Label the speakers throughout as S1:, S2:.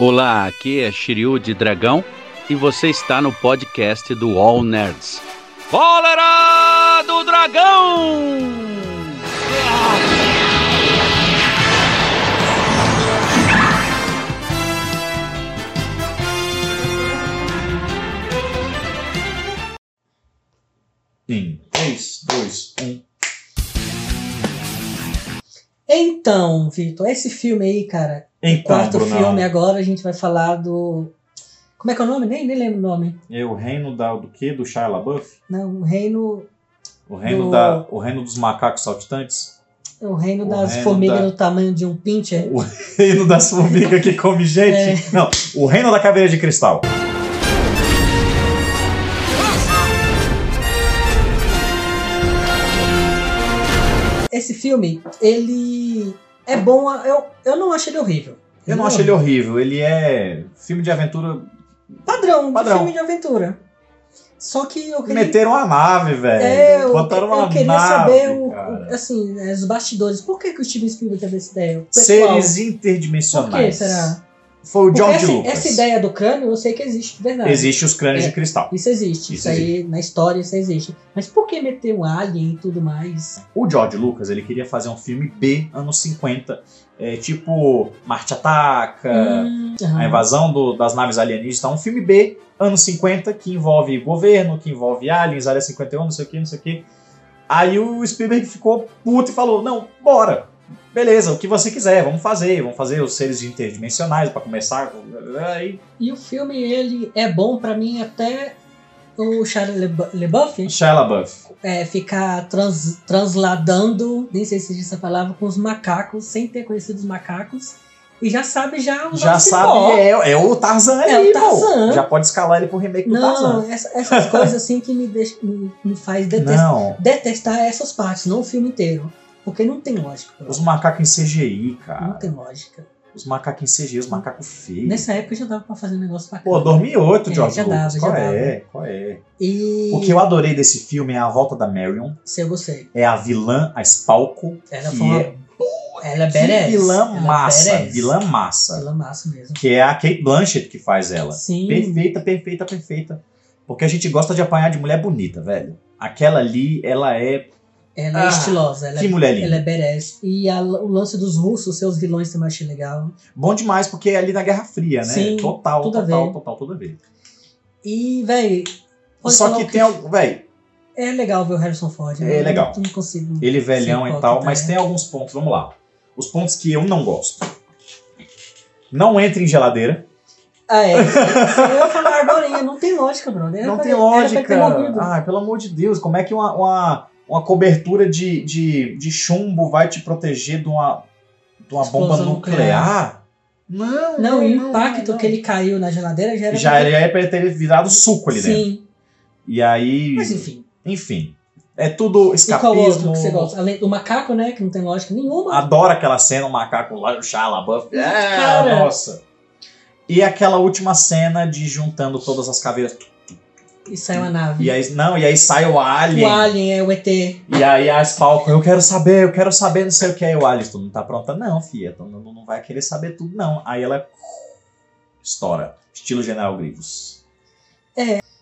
S1: Olá, aqui é Shiryu de Dragão e você está no podcast do All Nerds. Cólera do Dragão!
S2: Em 3, 2, 1.
S3: Então, Vitor, esse filme aí, cara,
S2: Então,
S3: quarto
S2: Brunão,
S3: filme agora a gente vai falar do. Como é que é o nome? Nem, nem lembro o nome.
S2: é o reino da, do quê? Do Shia LaBeouf?
S3: Não, o reino.
S2: O reino,
S3: Do-
S2: da, o reino dos macacos saltitantes?
S3: é O reino
S2: O
S3: das
S2: reino
S3: formigas
S2: da-
S3: do tamanho de um pincher.
S2: O reino das formigas que come
S3: É.
S2: gente? Não, o reino da caveira de cristal.
S3: Esse filme, ele. É bom. Eu, eu não acho ele horrível.
S2: Eu não acho ele horrível, ele é filme de aventura.
S3: Padrão,
S2: Padrão.
S3: de filme de aventura. Só que eu queria.
S2: Meteram uma nave, velho.
S3: É, eu,
S2: Botaram uma
S3: eu queria
S2: nave,
S3: saber o,
S2: cara.
S3: o- assim, né, os bastidores. Por que, que o Steven Spielberg teve essa ideia? O pessoal,
S2: Seres
S3: Por que
S2: interdimensionais.
S3: será?
S2: Foi o
S3: Porque
S2: George
S3: essa,
S2: Lucas.
S3: essa ideia do crânio eu sei que existe, de verdade.
S2: Existe os crânios
S3: É.
S2: de cristal.
S3: Isso existe,
S2: Isso
S3: isso, aí na história isso existe. Mas por que meter um alien e tudo mais?
S2: O George Lucas, ele queria fazer um filme B, anos 50. é, tipo, Marte Ataca,
S3: Hum,
S2: a
S3: aham.
S2: invasão do- das naves alienígenas. Tá? Um filme B, anos 50, que envolve governo, que envolve aliens, área 51, não sei o que, não sei o que. Aí o Spielberg ficou puto e falou: não, bora! Beleza, o que você quiser, vamos fazer, vamos fazer os seres interdimensionais pra começar. Aí,
S3: E o filme, ele é bom pra mim até o Charles Leb- LeBeouf
S2: Shia LaBeouf.
S3: é, ficar trans- transladando, nem sei se existe essa palavra, com os macacos, sem ter conhecido os macacos. E já sabe já o
S2: Já
S3: nosso
S2: sabe,
S3: cipó.
S2: é, é o Tarzan aí,
S3: É o
S2: pô.
S3: Tarzan.
S2: Já pode escalar ele pro remake do Tarzan.
S3: Não, essa- essas coisas assim que me, deixa, me, me faz detestar,
S2: Não,
S3: detestar essas partes, não o filme inteiro. Porque não tem lógica. bro.
S2: os macacos em CGI,
S3: Não
S2: cara.
S3: tem lógica.
S2: Os macacos em CGI, os macacos feios.
S3: Nessa época já dava pra fazer um negócio bacana.
S2: Pô, 2008,
S3: É,
S2: George
S3: já dava,
S2: Lucas.
S3: já
S2: Qual
S3: dava.
S2: é? Qual é?
S3: E
S2: O que eu adorei desse filme é a volta da Marion.
S3: se eu gostei.
S2: É a vilã, a Spalco.
S3: Ela
S2: que
S3: foi
S2: é
S3: uma... Ela é
S2: que
S3: badass.
S2: vilã
S3: Ela é
S2: massa.
S3: badass.
S2: vilã massa.
S3: Vilã massa mesmo.
S2: Que é a Kate Blanchett que faz ela.
S3: Sim.
S2: Perfeita, perfeita, perfeita. Porque a gente gosta de apanhar de mulher bonita, velho. Aquela ali, ela é.
S3: Ela é
S2: Ah,
S3: estilosa. Ela
S2: que
S3: é...
S2: mulher linda.
S3: Ela é badass. E a- o lance dos russos, seus vilões também eu achei legal.
S2: Bom demais, porque é ali na Guerra Fria, né?
S3: Sim,
S2: total,
S3: tudo a
S2: total,
S3: ver.
S2: total, tudo a ver.
S3: E, véi... pode
S2: Só
S3: falar
S2: que
S3: o
S2: tem algo. Véi,
S3: É legal ver o Harrison Ford.
S2: É
S3: né? Eu
S2: legal.
S3: Não consigo...
S2: ele velhão
S3: Sim,
S2: e tal,
S3: tá,
S2: mas
S3: é.
S2: tem alguns pontos, vamos lá. Os pontos que eu não gosto. Não entre em geladeira.
S3: Ah, é. Eu ia falar agora. Não tem lógica, brother. Era
S2: Não
S3: pra-
S2: tem
S3: era pra ele tá ter
S2: lógica.
S3: morrido.
S2: Ai, Ah, pelo amor de Deus, como é que uma, uma, uma cobertura de, de, de chumbo vai te proteger de uma, de uma bomba
S3: Explosão
S2: nuclear? Não,
S3: Não, e o
S2: não,
S3: impacto
S2: não.
S3: que ele caiu na geladeira já era...
S2: Já era né? pra ele ter virado suco ali dentro.
S3: Sim.
S2: E aí.
S3: Mas enfim.
S2: Enfim. É tudo
S3: E qual outro
S2: escapismo. Ah,
S3: que você gosta? Além do macaco, né? Que não tem lógica nenhuma.
S2: Adoro aquela cena, o macaco lá, o Shalabuff. É,
S3: Cara.
S2: nossa. E aquela última cena de juntando todas as caveiras.
S3: E saiu a nave.
S2: E aí, não, e aí sai o alien.
S3: O Alien é o ET.
S2: E aí as Falcon, eu quero saber, eu quero saber, não sei o que. Aí o Alice, tu não tá pronta não, filha. Tu não, não vai querer saber tudo, não. Aí ela estoura. Estilo General Grievous.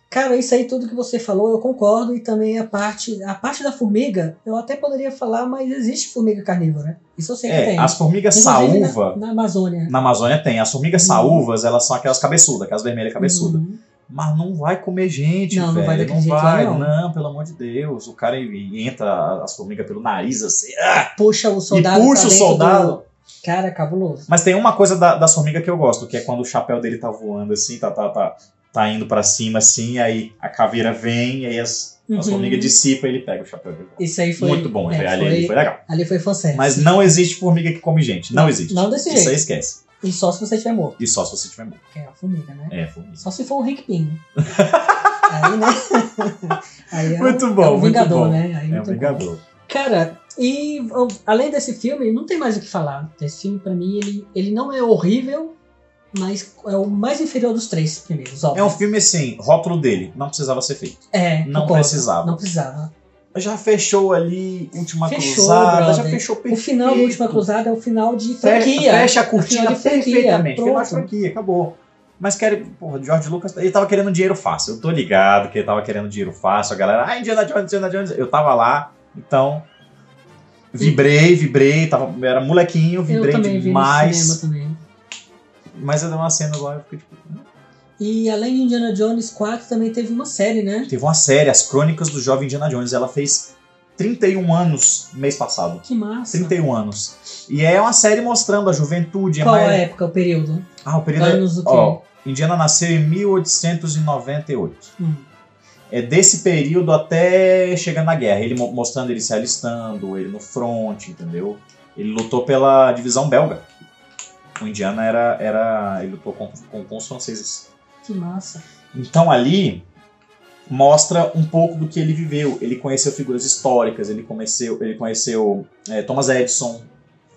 S3: Cara, isso aí tudo que você falou, eu concordo. E também a parte, a parte da formiga, eu até poderia falar, mas existe formiga carnívora. Isso eu sei que
S2: É,
S3: tem.
S2: as formigas
S3: Inclusive na-
S2: saúva,
S3: Na, Amazônia.
S2: na Amazônia tem. As formigas
S3: Uhum.
S2: saúvas, elas são aquelas cabeçudas, aquelas vermelhas cabeçudas.
S3: Uhum.
S2: Mas não vai comer gente,
S3: Não, não
S2: velho.
S3: vai daquele jeito lá,
S2: não.
S3: não.
S2: pelo amor de Deus. O cara ele entra as formigas pelo nariz, assim, ah,
S3: Puxa o
S2: e
S3: soldado.
S2: puxa
S3: pra
S2: o
S3: dentro
S2: soldado.
S3: do- Cara, cabuloso.
S2: Mas tem uma coisa da, das formigas que eu gosto, que é quando o chapéu dele tá voando assim, tá, tá, tá, tá indo pra cima assim, aí a caveira vem, aí as, as
S3: Uhum.
S2: formigas dissipam e ele pega o chapéu dele.
S3: Isso aí foi.
S2: Muito bom,
S3: é,
S2: velho. ali,
S3: foi,
S2: ali foi legal.
S3: ali foi fanservice.
S2: Mas não existe formiga que come gente. Não existe.
S3: Não desse
S2: Isso aí
S3: jeito.
S2: esquece.
S3: E só se você estiver morto,
S2: E só se você tiver morto.
S3: que é a formiga, né?
S2: É, formiga.
S3: Só se for o Hank Pym. aí, né? Aí é,
S2: Muito
S3: é
S2: bom,
S3: um
S2: muito
S3: vingador,
S2: bom.
S3: né? Aí
S2: É um
S3: muito bom.
S2: vingador.
S3: Cara, e ó, além desse filme, não tem mais o que falar. Esse filme, pra mim, ele, ele não é horrível, mas é o mais inferior dos três primeiros,
S2: É
S3: óbvio.
S2: um filme assim, rótulo dele. Não precisava ser feito.
S3: É,
S2: Não
S3: concordo.
S2: precisava.
S3: Não precisava.
S2: já fechou ali Última
S3: Fechou,
S2: Cruzada, já
S3: brother.
S2: fechou
S3: O
S2: perfeito.
S3: final da Última Cruzada é o final de
S2: Fecha,
S3: franquia.
S2: fecha a
S3: Final
S2: cortina
S3: de franquia,
S2: perfeitamente.
S3: pronto.
S2: Fecha a franquia, acabou. Mas querem, porra, George Lucas, ele tava querendo dinheiro fácil. Eu tô ligado que ele tava querendo dinheiro fácil. A galera, ah, Indiana Jones, Indiana Jones. Eu tava lá, então. Vibrei, vibrei, tava, era molequinho,
S3: Eu
S2: vibrei
S3: também vi no cinema
S2: demais.
S3: também.
S2: Mas eu dei uma cena lá, eu fiquei tipo. "Hum".
S3: E além de Indiana Jones 4, também teve uma série, né?
S2: Teve uma série, As Crônicas do Jovem Indiana Jones. Ela fez 31 anos mês passado.
S3: Que massa.
S2: 31 anos. E é uma série mostrando a juventude.
S3: Qual é?
S2: a
S3: a
S2: maioria-
S3: época, o período?
S2: Ah, o período.
S3: Anos o quê?
S2: Ó, Indiana nasceu em 1898.
S3: Hum.
S2: É desse período até chegando na guerra. Ele mo- mostrando ele se alistando, ele no front, entendeu? Ele lutou pela divisão belga. O Indiana era. era ele lutou com, com, com os franceses.
S3: Que massa.
S2: Então ali mostra um pouco do que ele viveu. Ele conheceu figuras históricas, ele conheceu, ele conheceu eh, Thomas Edison,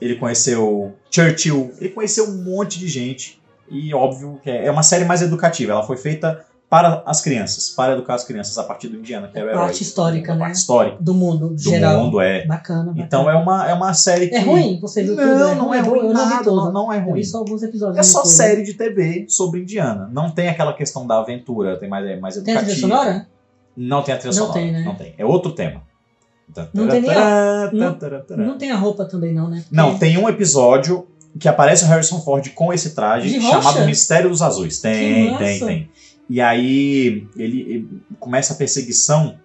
S2: ele conheceu Churchill, ele conheceu um monte de gente. E óbvio que é é uma série mais educativa. Ela foi feita para as crianças, para educar as crianças a partir do Indiana, que é o
S3: A
S2: herói.
S3: parte histórica,
S2: A
S3: né?
S2: parte histórica
S3: Do mundo,
S2: do
S3: geral.
S2: mundo é.
S3: Bacana.
S2: Então é
S3: bacana.
S2: uma, é uma série que
S3: É ruim? Você viu
S2: Não,
S3: tudo? né?
S2: não, é ruim
S3: Eu não vi
S2: nada,
S3: tudo.
S2: não, não é
S3: Eu
S2: ruim.
S3: vi só alguns episódios.
S2: É
S3: não vi
S2: só
S3: tudo.
S2: série de TV sobre Indiana. Não tem aquela questão da aventura, tem mais, é mais
S3: Tem a
S2: educativa.
S3: trilha sonora?
S2: Não tem a trilha
S3: Não
S2: sonora.
S3: tem, né?
S2: Não tem. É outro tema.
S3: Não tem nem a-
S2: Tará,
S3: não-
S2: tará, tará.
S3: Não tem a roupa também, não, né? Porque-
S2: É. Não, tem um episódio que aparece o Harrison Ford com esse traje
S3: De
S2: chamado
S3: rocha?
S2: Mistério dos Azuis. Tem,
S3: Que
S2: tem,
S3: massa.
S2: tem. E aí ele, ele começa a perseguição.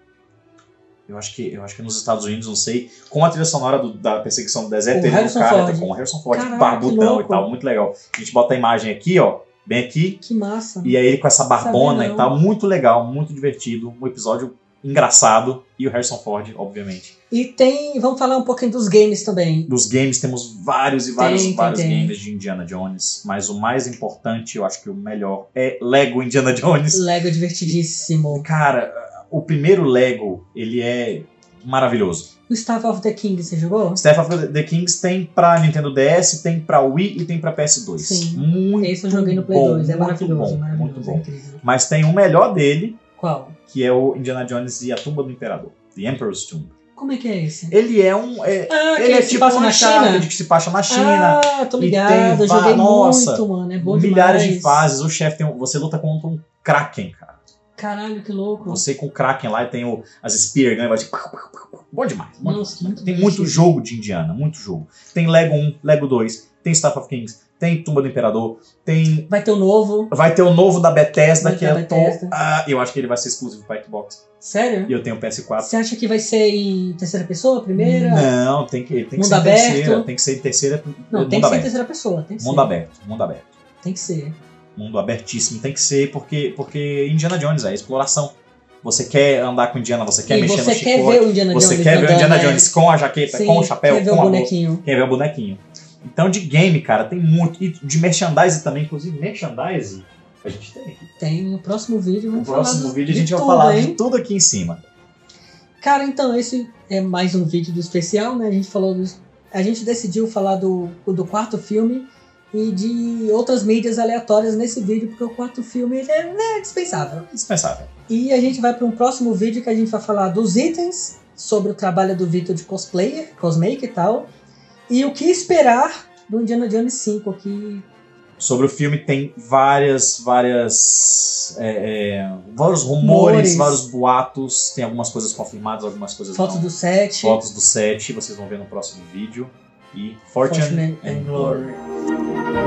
S2: Eu acho que eu acho que nos Estados Unidos, não sei, com a trilha sonora do- da perseguição do deserto,
S3: Com
S2: ele no
S3: Harrison
S2: carro,
S3: Ford.
S2: com o Harrison Ford,
S3: Caraca, que
S2: barbudão e
S3: louco.
S2: tal, muito legal. A gente bota a imagem aqui, ó, bem aqui,
S3: Que massa.
S2: e aí ele com essa barbona
S3: Sabia não.
S2: e tal, muito legal, muito divertido, um episódio engraçado e o Harrison Ford, obviamente.
S3: E tem. Vamos falar um pouquinho dos games também.
S2: Dos games temos vários e vários,
S3: tem,
S2: vários
S3: tem.
S2: games de Indiana Jones, mas o mais importante, eu acho que o melhor é Lego Indiana Jones.
S3: Lego é divertidíssimo.
S2: Cara, o primeiro Lego, ele é maravilhoso.
S3: O Star of the King, você jogou?
S2: Steph of the Kings tem pra Nintendo DS, tem pra Wii e tem pra PS2.
S3: Sim.
S2: Muito
S3: Esse eu joguei no Play
S2: bom,
S3: 2. É
S2: muito
S3: maravilhoso,
S2: bom,
S3: maravilhoso.
S2: Muito
S3: é
S2: bom.
S3: incrível.
S2: Mas tem o melhor dele,
S3: Qual?
S2: que é o Indiana Jones e a Tumba do Imperador. The Emperor's Tomb.
S3: Como é que é esse?
S2: Ele é um. É,
S3: Ah,
S2: ele é
S3: que se
S2: tipo
S3: passa
S2: um
S3: na
S2: Uncharted
S3: China?
S2: que se passa na China.
S3: Ah, tô
S2: E
S3: ligado.
S2: tem
S3: Eu joguei
S2: va- nossa,
S3: muito, mano. É bom
S2: milhares
S3: demais.
S2: de fases. O chefe tem. um- Você luta contra um Kraken, cara.
S3: Caralho, que louco.
S2: Você com o Kraken lá e tem o, as Spear Gun, vai tipo. Bom demais. bom
S3: Nossa,
S2: demais.
S3: muito
S2: tem
S3: bom
S2: muito
S3: esse
S2: jogo de Indiana, muito jogo. Tem Lego 1, Lego 2, tem Staff of Kings, tem Tumba do Imperador, tem.
S3: Vai ter o novo.
S2: Vai ter o novo da Bethesda,
S3: Vai
S2: que
S3: ter
S2: eu
S3: a
S2: tô.
S3: Bethesda.
S2: Ah, eu acho que ele vai ser exclusivo para Xbox.
S3: Sério?
S2: E eu tenho um o PS4.
S3: Você acha que vai ser em terceira pessoa, primeira?
S2: Hum, Não, tem que, tem que
S3: Mundo
S2: ser em terceira.
S3: aberto.
S2: Tem que ser em terceira.
S3: Não,
S2: mundo
S3: tem que ser em
S2: aberto.
S3: terceira pessoa. Tem que
S2: Mundo
S3: ser.
S2: aberto, mundo aberto.
S3: Tem que ser.
S2: Mundo abertíssimo, tem que ser, porque, porque Indiana Jones é exploração. Você quer andar com Indiana, você quer
S3: e
S2: mexer
S3: você
S2: no
S3: quer
S2: chicote,
S3: ver o Indiana Jones.
S2: você quer ver o
S3: andando,
S2: Indiana
S3: né?
S2: Jones com a jaqueta,
S3: Sim,
S2: com o chapéu,
S3: quer ver
S2: com
S3: o
S2: a bonequinho.
S3: bonequinho.
S2: quer ver o bonequinho. Então de game, cara, tem muito. E de merchandise também, inclusive merchandise a gente tem aqui.
S3: Tem no próximo vídeo.
S2: No
S3: Vamos
S2: próximo
S3: falar do-
S2: vídeo a
S3: de
S2: gente vai
S3: tudo,
S2: falar
S3: hein?
S2: de tudo aqui em cima.
S3: Cara, então esse é mais um vídeo do especial, né? A gente falou dos... A gente decidiu falar do, do quarto filme e de outras mídias aleatórias nesse vídeo, porque o quarto filme ele é né, dispensável.
S2: Dispensável.
S3: E a gente vai para um próximo vídeo que a gente vai falar dos itens, sobre o trabalho do Vitor de cosplayer, cosmaker e tal, e o que esperar do Indiana Jones 5, que
S2: Sobre o filme tem várias, várias. é, é, vários rumores,
S3: Rumores.
S2: vários boatos, tem algumas coisas confirmadas, algumas coisas
S3: fotos
S2: não.
S3: do set,
S2: fotos do set, vocês vão ver no próximo vídeo. E Fortune,
S3: Fortune
S2: and Glory.